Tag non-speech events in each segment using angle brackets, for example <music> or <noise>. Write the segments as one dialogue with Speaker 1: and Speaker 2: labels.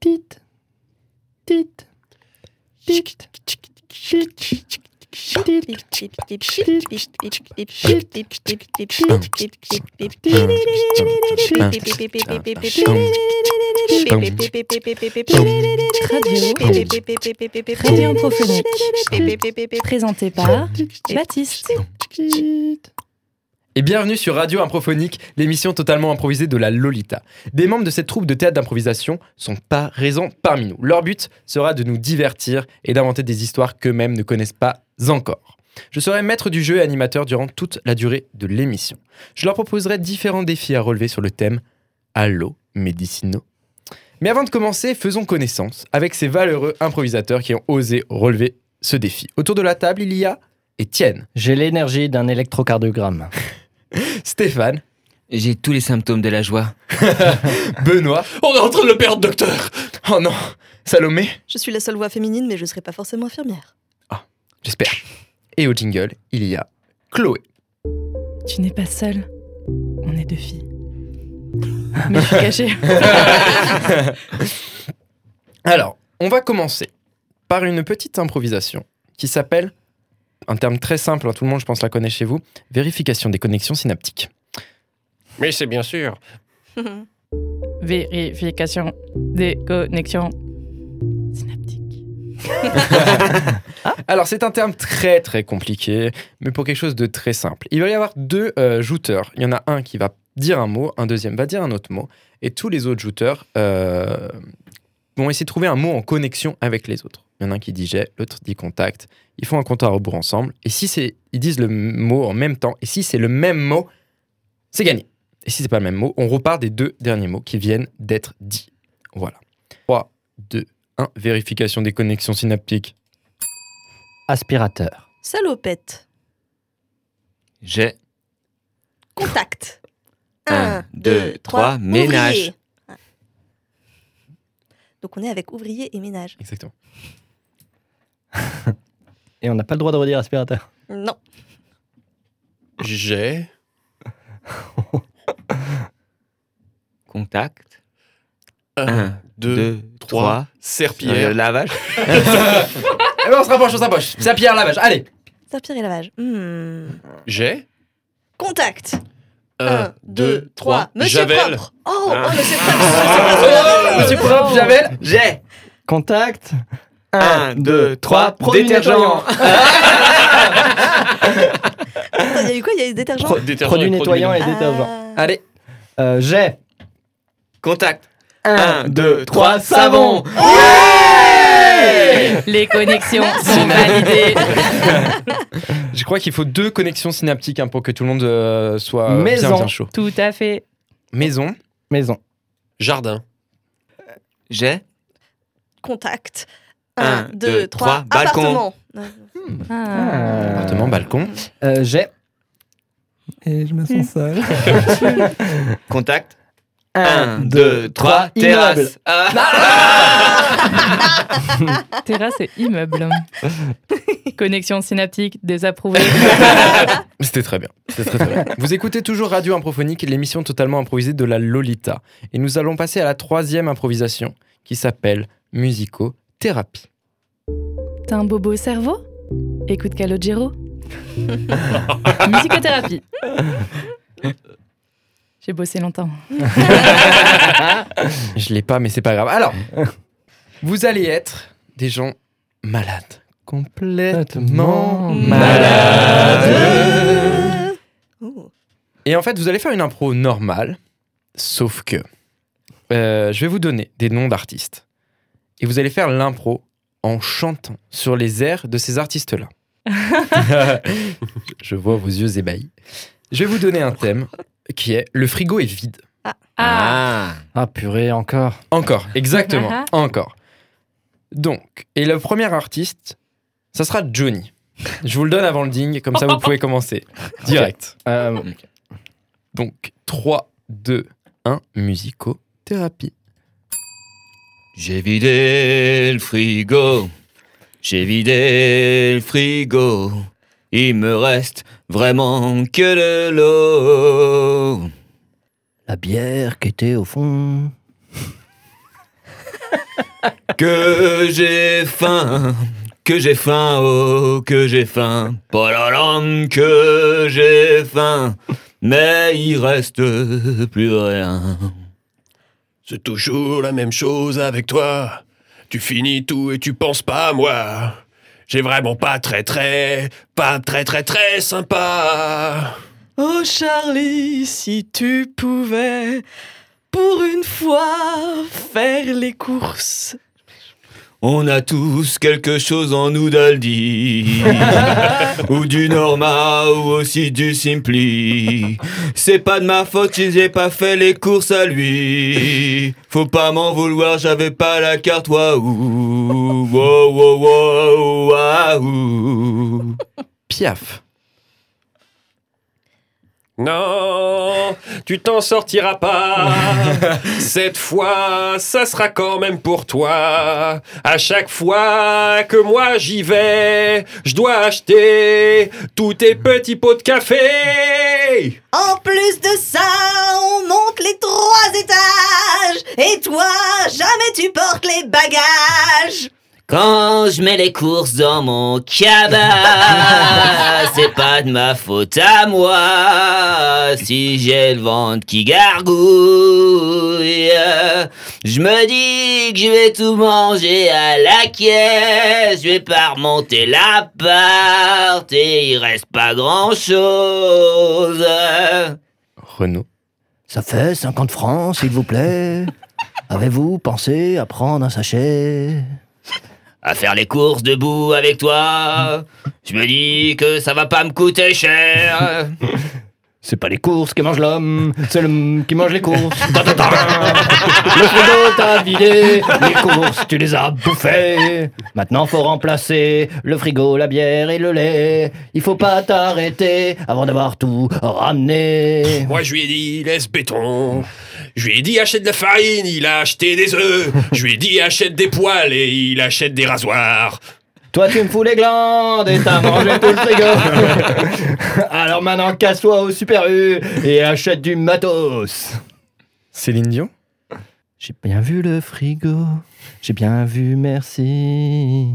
Speaker 1: Pit. Pit. Pit.
Speaker 2: Radio Radiophonique. Présenté par Baptiste.
Speaker 3: Et bienvenue sur Radio Improphonique, l'émission totalement improvisée de la Lolita. Des membres de cette troupe de théâtre d'improvisation sont pas raisons parmi nous. Leur but sera de nous divertir et d'inventer des histoires qu'eux-mêmes ne connaissent pas encore. Je serai maître du jeu et animateur durant toute la durée de l'émission. Je leur proposerai différents défis à relever sur le thème Allo Médicino. Mais avant de commencer, faisons connaissance avec ces valeureux improvisateurs qui ont osé relever ce défi. Autour de la table, il y a Étienne,
Speaker 4: J'ai l'énergie d'un électrocardiogramme.
Speaker 3: Stéphane,
Speaker 5: J'ai tous les symptômes de la joie.
Speaker 3: Benoît
Speaker 6: On est en train de le perdre, docteur
Speaker 3: Oh non, Salomé
Speaker 7: Je suis la seule voix féminine, mais je ne serai pas forcément infirmière.
Speaker 3: J'espère. Et au jingle, il y a Chloé.
Speaker 2: Tu n'es pas seule. On est deux
Speaker 1: <laughs>
Speaker 2: filles.
Speaker 1: Mais je suis cachée.
Speaker 3: Alors, on va commencer par une petite improvisation qui s'appelle, un terme très simple, hein, tout le monde je pense la connaît chez vous, vérification des connexions synaptiques.
Speaker 6: Mais c'est bien sûr.
Speaker 1: Vérification des connexions synaptiques.
Speaker 3: Alors, c'est un terme très très compliqué, mais pour quelque chose de très simple. Il va y avoir deux euh, jouteurs. Il y en a un qui va dire un mot, un deuxième va dire un autre mot, et tous les autres jouteurs euh, vont essayer de trouver un mot en connexion avec les autres. Il y en a un qui dit j'ai, l'autre dit contact. Ils font un compte à rebours ensemble, et si c'est, ils disent le m- mot en même temps, et si c'est le même mot, c'est gagné. Et si c'est pas le même mot, on repart des deux derniers mots qui viennent d'être dits. Voilà. 3, 2, 1, vérification des connexions synaptiques.
Speaker 4: Aspirateur.
Speaker 7: Salopette.
Speaker 5: J'ai
Speaker 7: Contact.
Speaker 5: Un,
Speaker 7: Un,
Speaker 5: deux,
Speaker 7: deux,
Speaker 5: trois,
Speaker 7: trois,
Speaker 5: ménage.
Speaker 7: ouvrier. Donc on est avec ouvrier et ménage.
Speaker 3: Exactement.
Speaker 4: Et on n'a pas le droit de redire aspirateur.
Speaker 7: Non.
Speaker 6: J'ai.
Speaker 5: contact.
Speaker 6: Un,
Speaker 5: Un,
Speaker 6: deux,
Speaker 5: deux,
Speaker 6: trois.
Speaker 5: trois.
Speaker 6: Serpillère.
Speaker 5: Euh, lavage.
Speaker 3: Eh ben, on se rapproche, on se rapproche. C'est à Pierre Lavage. Allez.
Speaker 7: Serpillère et lavage. Hmm.
Speaker 6: J'ai.
Speaker 7: Contact.
Speaker 6: Un, deux, trois.
Speaker 7: Monsieur
Speaker 6: Javel.
Speaker 7: propre. Oh,
Speaker 6: Ah.
Speaker 7: oh, Monsieur propre.
Speaker 3: Monsieur Propre, Javel.
Speaker 5: J'ai
Speaker 4: Contact.
Speaker 5: un, deux, trois.
Speaker 4: Produit
Speaker 5: Détergent.
Speaker 7: Attends, Il y a eu quoi Il y a eu détergent.
Speaker 4: Pro-
Speaker 6: Détergent
Speaker 4: produit
Speaker 6: et produit
Speaker 4: nettoyant et
Speaker 7: Ah.
Speaker 4: détergent.
Speaker 3: Allez.
Speaker 4: Euh, J'ai.
Speaker 5: Contact.
Speaker 4: Un, deux, trois, savon.
Speaker 1: Les connexions sont validées.
Speaker 3: Je crois qu'il faut deux connexions synaptiques hein, pour que tout le monde euh, soit euh, bien,
Speaker 4: Maison.
Speaker 3: bien chaud.
Speaker 1: Tout à fait.
Speaker 3: Maison.
Speaker 4: Maison.
Speaker 6: Jardin.
Speaker 5: J'ai
Speaker 7: Contact.
Speaker 5: Un,
Speaker 7: 1, 2,
Speaker 5: deux, trois.
Speaker 7: 3. Appartement. Euh,
Speaker 2: Ah.
Speaker 3: Appartement, balcon.
Speaker 4: Euh, J'ai. Et je me sens seul.
Speaker 5: contact. Un, deux, trois. Terrasse. Ah.
Speaker 1: Terrasse et Ah. immeuble. Connexion synaptique désapprouvée.
Speaker 3: C'était très bien. C'était très, très bien. Vous écoutez toujours Radio Improphonique, l'émission totalement improvisée de la Lolita. Et nous allons passer à la troisième improvisation qui s'appelle musicothérapie.
Speaker 2: T'as un bobo au cerveau Écoute Calogero.
Speaker 1: <laughs> Musicothérapie. J'ai bossé longtemps.
Speaker 3: Je l'ai pas, mais c'est pas grave. Alors, vous allez être des gens malades. Complètement
Speaker 7: Ah.
Speaker 3: malades.
Speaker 7: Euh, ouh.
Speaker 3: Et en fait, vous allez faire une impro normale, sauf que euh, je vais vous donner des noms d'artistes. Et vous allez faire l'impro en chantant sur les airs de ces artistes-là. je vois vos yeux ébahis. Je vais vous donner un thème qui est Le frigo est vide.
Speaker 1: Ah,
Speaker 4: Ah purée, encore.
Speaker 3: Encore, exactement, encore. Donc, et le premier artiste, ça sera Johnny. Je vous le donne avant le ding, comme ça vous pouvez commencer direct.
Speaker 4: Euh,
Speaker 3: Donc, 3, 2, 1, musicothérapie.
Speaker 5: J'ai vidé le frigo. J'ai vidé le frigo. Il me reste vraiment que de l'eau.
Speaker 4: la bière qui était au fond.
Speaker 5: Que j'ai faim, que j'ai faim, oh, que j'ai faim. Palalam, que j'ai faim, mais il reste plus rien.
Speaker 6: C'est toujours la même chose avec toi. Tu finis tout et tu penses pas à moi. J'ai vraiment pas très très, pas très très très sympa.
Speaker 8: Oh Charlie, si tu pouvais pour une fois faire les courses.
Speaker 5: On a tous quelque chose en nous d'Aldi, ou du Norma, ou aussi du Simpli. C'est pas de ma faute si j'ai pas fait les courses à lui. Faut pas m'en vouloir, j'avais pas la carte, waouh, wow, wow, wow, waouh.
Speaker 3: Piaf.
Speaker 6: Non, tu t'en sortiras <laughs> pas. Cette fois, ça sera quand même pour toi. À chaque fois que moi j'y vais, je dois acheter tous tes petits pots de café.
Speaker 7: En plus de ça, on monte les trois étages. Et toi, jamais tu portes les bagages.
Speaker 5: Quand je mets les courses dans mon cabas, c'est pas de ma faute à moi. Si j'ai le ventre qui gargouille, je me dis que je vais tout manger à la caisse. Je vais pas remonter l'appart et il reste pas grand chose.
Speaker 3: Renaud.
Speaker 9: Ça fait 50 francs, s'il vous plaît. Avez-vous pensé à prendre un sachet
Speaker 5: à faire les courses debout avec toi. Je me dis que ça va pas me coûter cher.
Speaker 9: C'est pas les courses qui mangent l'homme, c'est l'homme qui mange les courses. Ta -ta -ta le frigo t'a vidé, les courses tu les as bouffées. Maintenant faut remplacer le frigo, la bière et le lait. Il faut pas t'arrêter avant d'avoir tout ramené.
Speaker 6: Moi je lui ai dit laisse béton. Je lui ai dit achète de la farine, il a acheté des œufs. Je lui ai dit achète des poils et il achète des rasoirs.
Speaker 9: Toi, tu me fous les glandes et t'as mangé tout le frigo. Alors maintenant, casse-toi au Super U et achète du matos.
Speaker 3: Céline Dion
Speaker 9: J'ai bien vu le frigo. J'ai bien vu, merci.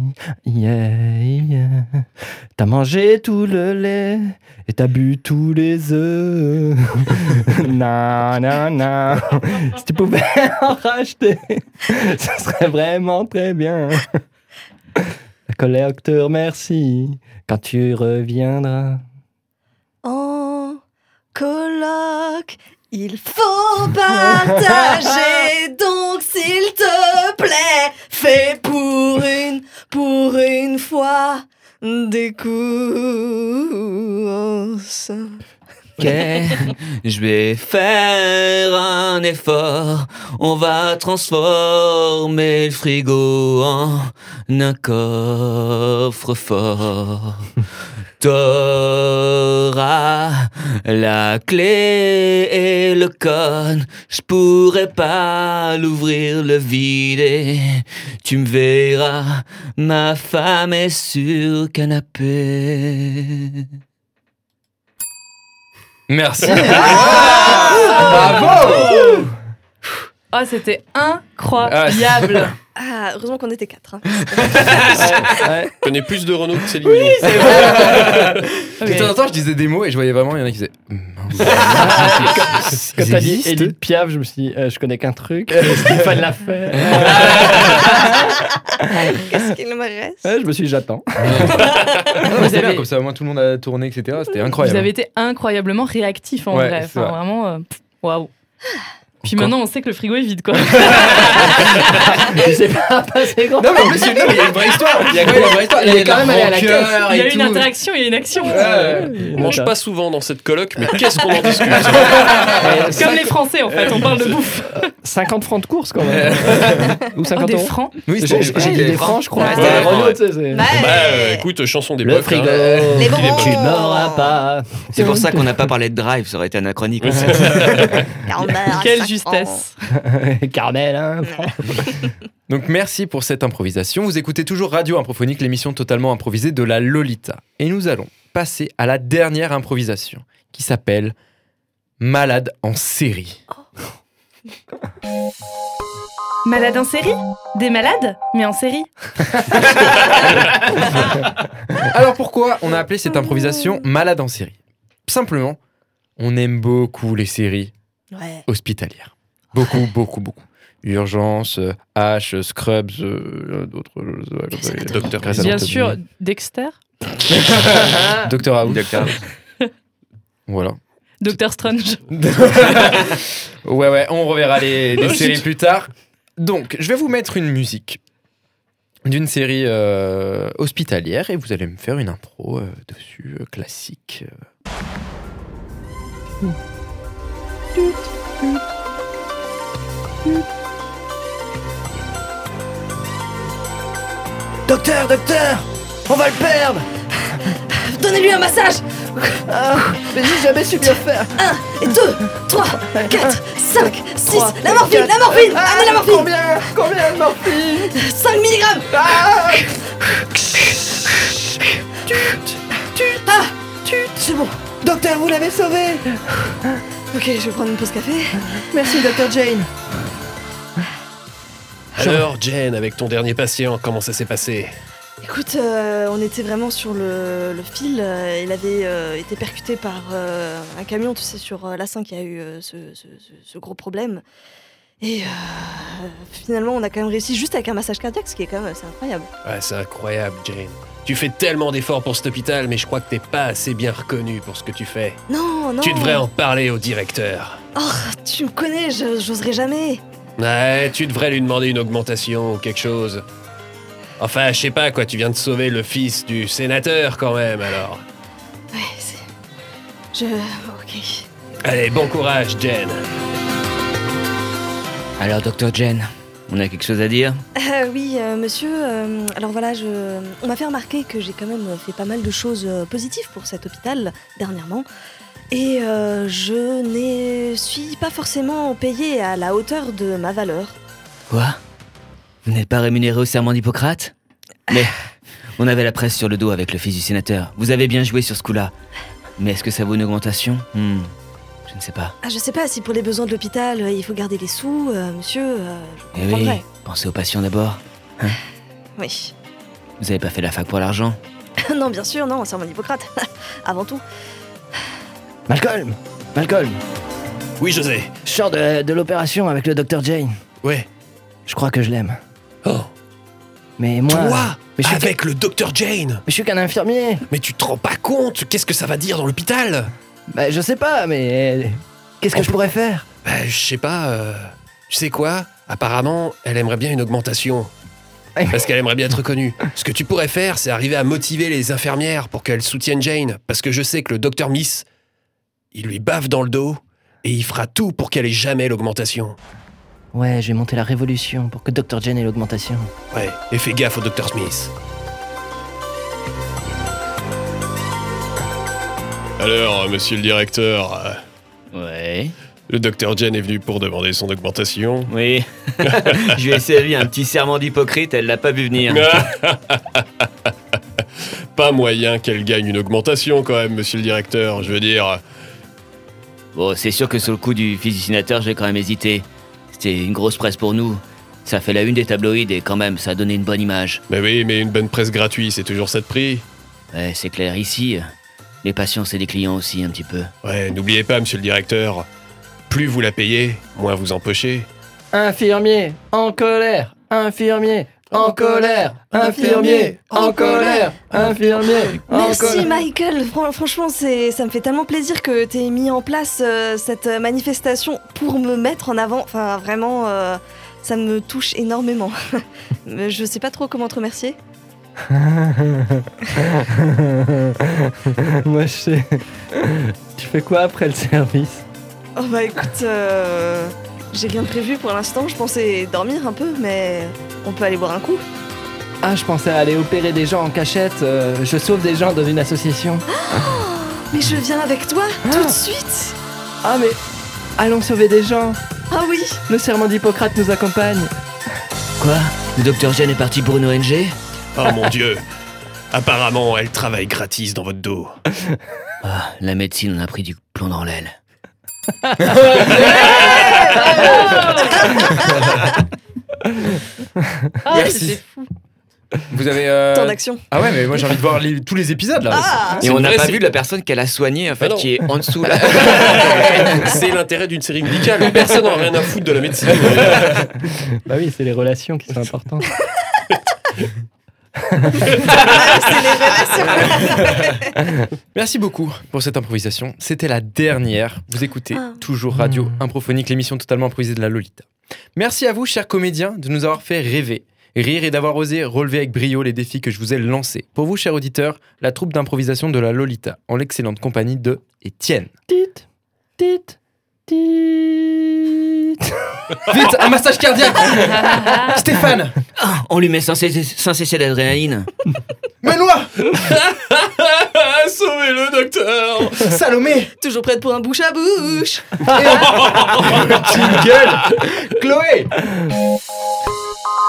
Speaker 9: Yeah, yeah. T'as mangé tout le lait et t'as bu tous les œufs. <laughs> non, non, non. Si tu pouvais <laughs> en racheter, ce serait vraiment très bien. La colère te remercie quand tu reviendras.
Speaker 7: En colloque, il faut <laughs> partager, donc s'il te plaît, fais pour une, pour une fois des courses.
Speaker 5: Ok, <laughs> je vais faire un effort. On va transformer le frigo en un coffre-fort. T'auras la clé et le code. Je pourrai pas l'ouvrir, le vider. Tu me verras, ma femme est sur canapé.
Speaker 3: Merci. Ah,
Speaker 9: Bravo
Speaker 1: Oh, c'était incroyable.
Speaker 7: Ah, heureusement qu'on était quatre. hein.
Speaker 6: Je connais plus de Renault que Céline Dion.
Speaker 3: De temps en temps, je disais des mots et je voyais vraiment, il y en a qui hmm, ah disaient. Mince.
Speaker 9: Quand
Speaker 3: Ils
Speaker 9: t'as dit
Speaker 3: existent
Speaker 9: Edith Piaf, je me suis dit, euh, je connais qu'un truc. Stéphane l'a fait. Euh,
Speaker 7: Qu'est-ce qu'il me reste
Speaker 1: <laughs>
Speaker 9: ouais, je me suis dit, j'attends.
Speaker 3: Non, mais c'est bien,
Speaker 1: avez-
Speaker 3: comme ça, au moins tout le monde a tourné, etc. C'était incroyable.
Speaker 1: Vous avez été incroyablement réactif en
Speaker 3: Ouais,
Speaker 1: vrai.
Speaker 3: c'est
Speaker 1: Enfin,
Speaker 3: vrai.
Speaker 1: vraiment, euh, pff, waouh. Puis
Speaker 3: Encore.
Speaker 1: maintenant, on sait que le frigo est vide, quoi.
Speaker 9: Je sais pas passer grand
Speaker 3: Non, mais en plus, il non, mais il y a une vraie histoire. Il y a quand même une vraie histoire.
Speaker 9: Il est quand même allé à la
Speaker 3: rancœur
Speaker 1: Il y
Speaker 3: et
Speaker 1: a une
Speaker 3: tout.
Speaker 1: interaction, il y a une action.
Speaker 3: Ouais.
Speaker 9: euh,
Speaker 6: On mange pas souvent dans cette coloc, mais qu'est-ce qu'on en <laughs> discute
Speaker 1: Comme les Français, en fait, on parle de bouffe.
Speaker 9: 50 francs de course quand <laughs> même. Ou
Speaker 1: Oh,
Speaker 9: 50
Speaker 1: des
Speaker 9: euros.
Speaker 1: francs.
Speaker 3: Oui,
Speaker 9: J'ai
Speaker 3: c'est Ah,
Speaker 9: j'ai dit des francs, je crois.
Speaker 7: Ouais,
Speaker 9: Ouais,
Speaker 7: c'est
Speaker 6: des francs,
Speaker 9: Renaud,
Speaker 6: ouais.
Speaker 9: tu sais, c'est-
Speaker 7: Bah,
Speaker 6: Bah
Speaker 7: euh,
Speaker 6: euh, écoute, chanson des
Speaker 9: Le
Speaker 6: blocs.
Speaker 9: frigo.
Speaker 7: Les
Speaker 9: tu
Speaker 7: bonbons.
Speaker 9: n'auras pas.
Speaker 5: C'est pour ça qu'on n'a pas parlé de drive, ça aurait été anachronique.
Speaker 7: on meurt à
Speaker 1: Quelle
Speaker 7: cinq ans.
Speaker 1: justesse.
Speaker 9: <laughs> Carmel, hein.
Speaker 3: Donc merci pour cette improvisation. Vous écoutez toujours Radio Improphonique, l'émission totalement improvisée de la Lolita. Et nous allons passer à la dernière improvisation qui s'appelle Malade en série.
Speaker 2: Malade en série Des malades, mais en série.
Speaker 3: Alors pourquoi on a appelé cette improvisation malade en série Simplement, on aime beaucoup les séries
Speaker 7: Ouais.
Speaker 3: hospitalières. Beaucoup, <laughs> beaucoup, beaucoup. Urgence, euh, H, euh, Scrubs, euh, d'autres. euh, Docteur Grey's
Speaker 1: Bien
Speaker 3: Anatomy,
Speaker 1: sûr, Dexter,
Speaker 3: Docteur House. <laughs> Voilà.
Speaker 1: Doctor Strange.
Speaker 3: Ouais, ouais, on reverra les, les séries plus tard. Donc, je vais vous mettre une musique d'une série euh, hospitalière et vous allez me faire une impro euh, dessus, euh, classique.
Speaker 9: Docteur, docteur On va le perdre
Speaker 7: Donnez-lui un massage
Speaker 9: Ah, Mais j'ai jamais su bien faire
Speaker 7: 1, 2, 3, 4, 5, 6, la morphine, la morphine Amenez la morphine
Speaker 9: Ah, Combien Combien de morphine Ah.
Speaker 7: 5 mg Ah,
Speaker 9: C'est bon Docteur, vous l'avez sauvé
Speaker 7: Ok, je vais prendre une pause café.
Speaker 9: Merci, docteur Jane
Speaker 6: Alors, Jen, avec ton dernier patient, comment ça s'est passé
Speaker 7: Écoute, euh, on était vraiment sur le, le fil. euh, Il avait euh, été percuté par euh, un camion, tu sais, sur euh, la 5, il y a eu euh, ce, ce- ce- ce gros problème. Et euh, finalement, on a quand même réussi juste avec un massage cardiaque, ce qui est quand même c'est incroyable.
Speaker 6: Ouais, c'est incroyable, Jane. Tu fais tellement d'efforts pour cet hôpital, mais je crois que t'es pas assez bien reconnu pour ce que tu fais.
Speaker 7: Non, non.
Speaker 6: Tu devrais en parler au directeur.
Speaker 7: Tu me connais, je- j'oserais jamais.
Speaker 6: Ouais, tu devrais lui demander une augmentation ou quelque chose. Enfin, je sais pas quoi, tu viens de sauver le fils du sénateur quand même, alors.
Speaker 7: Ouais, c'est. Je. Ok.
Speaker 6: Allez, bon courage, Jen.
Speaker 10: Alors, docteur Jen, on a quelque chose à dire
Speaker 7: Euh, oui, euh, monsieur, euh, alors voilà, je... on m'a fait remarquer que j'ai quand même fait pas mal de choses euh, positives pour cet hôpital dernièrement. Et euh, je ne suis pas forcément payée à la hauteur de ma valeur.
Speaker 10: Quoi Vous n'êtes pas rémunéré au serment d'Hippocrate Mais on avait la presse sur le dos avec le fils du sénateur. Vous avez bien joué sur ce coup-là. Mais est-ce que ça vaut une augmentation Hmm, Je ne sais pas.
Speaker 7: Ah, je sais pas si pour les besoins de l'hôpital, euh, il faut garder les sous, euh, monsieur, euh, je
Speaker 10: Eh oui,
Speaker 7: comprendrais.
Speaker 10: pensez aux patients d'abord.
Speaker 7: Oui. <laughs>
Speaker 10: Vous n'avez pas fait la fac pour l'argent
Speaker 7: non, bien sûr, non, c'est mon Hippocrate, <laughs> avant tout.
Speaker 9: Malcolm Malcolm
Speaker 6: Oui, José.
Speaker 9: Je sors de, de l'opération avec le docteur Jane.
Speaker 6: Ouais.
Speaker 9: Je crois que je l'aime.
Speaker 6: Oh,
Speaker 9: Mais moi.
Speaker 6: toi
Speaker 9: mais je suis
Speaker 6: Avec le docteur Jane
Speaker 9: Mais je suis qu'un infirmier
Speaker 6: Mais tu te rends pas compte Qu'est-ce que ça va dire dans l'hôpital
Speaker 9: Bah, je sais pas, mais. euh, Qu'est-ce que je pourrais faire
Speaker 6: Bah, je sais pas. euh, Tu sais quoi Apparemment, elle aimerait bien une augmentation. Parce qu'elle aimerait bien être reconnue. Ce que tu pourrais faire, c'est arriver à motiver les infirmières pour qu'elles soutiennent Jane. Parce que je sais que le docteur Miss, il lui bave dans le dos et il fera tout pour qu'elle ait jamais l'augmentation.
Speaker 9: Ouais, je vais monter la révolution pour que Dr. Jane ait l'augmentation.
Speaker 6: Ouais, et fais gaffe au docteur Smith. Alors, monsieur le directeur, euh,
Speaker 10: Ouais.
Speaker 6: le docteur Jane est venu pour demander son augmentation.
Speaker 10: Oui. <laughs> je lui ai servi un petit serment d'hypocrite, elle l'a pas vu venir.
Speaker 6: <laughs> Pas moyen qu'elle gagne une augmentation quand même, monsieur le directeur. Je veux dire,
Speaker 10: Bon, c'est sûr que sur le coup du fils du sénateur, j'ai quand même hésité. C'était une grosse presse pour nous. Ça fait la une des tabloïds et quand même, ça a donné une bonne image.
Speaker 6: bah oui, mais une bonne presse gratuite, c'est toujours ça de prix.
Speaker 10: Ouais, c'est clair. Ici, euh, les patients, c'est des clients aussi, un petit peu.
Speaker 6: Ouais, n'oubliez pas, monsieur le directeur, plus vous la payez, moins vous empochez.
Speaker 9: Infirmier en colère Infirmier en colère Infirmier en colère Infirmier en
Speaker 7: Merci
Speaker 9: colère
Speaker 7: Michael, Fran- franchement c'est, ça me fait tellement plaisir que tu aies mis en place euh, cette euh, manifestation pour me mettre en avant. Enfin vraiment, euh, ça me touche énormément. <laughs> Mais Je sais pas trop comment te remercier.
Speaker 9: <laughs> Moi, je sais. Tu fais quoi après le service
Speaker 7: Oh bah écoute, euh, j'ai rien de prévu pour l'instant, je pensais dormir un peu, mais on peut aller boire un coup.
Speaker 9: Ah, je pensais aller opérer des gens en cachette. euh, je sauve des gens dans une association.
Speaker 7: Mais je viens avec toi tout de suite
Speaker 9: Ah, mais allons sauver des gens.
Speaker 7: Ah oui
Speaker 9: Le serment d'Hippocrate nous accompagne.
Speaker 10: Quoi Le docteur Jeanne est parti pour une ONG
Speaker 6: Oh mon <laughs> dieu Apparemment, elle travaille gratis dans votre dos.
Speaker 10: Ah, La médecine, on a pris du plomb dans l'aile.
Speaker 1: Ah,
Speaker 3: Merci.
Speaker 1: c'était fou.
Speaker 3: Vous avez. euh,
Speaker 7: Tant d'action.
Speaker 3: Ah ouais, mais moi j'ai envie de voir les- tous les épisodes là.
Speaker 7: Ah
Speaker 5: Et
Speaker 11: C'est
Speaker 5: on n'a
Speaker 11: vrai,
Speaker 5: pas
Speaker 11: c'est-
Speaker 5: vu la personne qu'elle a soignée, en
Speaker 11: Ah
Speaker 5: fait,
Speaker 11: non.
Speaker 5: qui est en dessous. Là.
Speaker 11: C'est l'intérêt d'une série médicale. Personne n'a rien à foutre de la médecine.
Speaker 12: Bah oui, c'est les relations qui sont importantes.
Speaker 7: Ah,
Speaker 3: Merci beaucoup pour cette improvisation. C'était la dernière. Vous écoutez
Speaker 7: Ah.
Speaker 3: toujours Radio
Speaker 12: Mmh.
Speaker 3: Improphonique, l'émission totalement improvisée de la Lolita. Merci à vous, chers comédiens, de nous avoir fait rêver, rire et d'avoir osé relever avec brio les défis que je vous ai lancés. Pour vous, chers auditeurs, la troupe d'improvisation de la Lolita, en l'excellente compagnie de Étienne.
Speaker 12: Tite, tite, tite.
Speaker 3: Vite, un massage cardiaque Stéphane
Speaker 5: Ah, on lui met sans cesser, sans cesser d'adrénaline.
Speaker 3: Benoît
Speaker 11: Ah, Sauvez-le, docteur
Speaker 3: Salomé
Speaker 7: Toujours prête pour un bouche à bouche.
Speaker 3: Jingle Chloé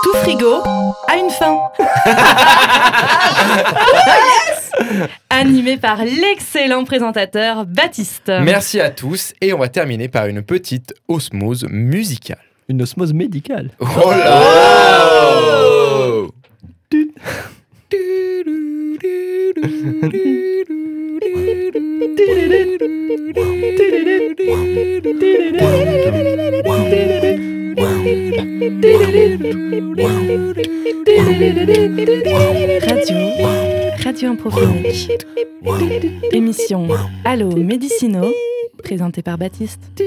Speaker 9: Tout frigo a une
Speaker 3: <laughs>
Speaker 9: fin.
Speaker 1: Animé par l'excellent présentateur Baptiste.
Speaker 3: Merci à tous et on va terminer par une petite osmose musicale.
Speaker 12: Une osmose médicale.
Speaker 3: Oh là
Speaker 9: Radio, Radio Improphonique. Émission Allo Médicinaux, présentée par Baptiste.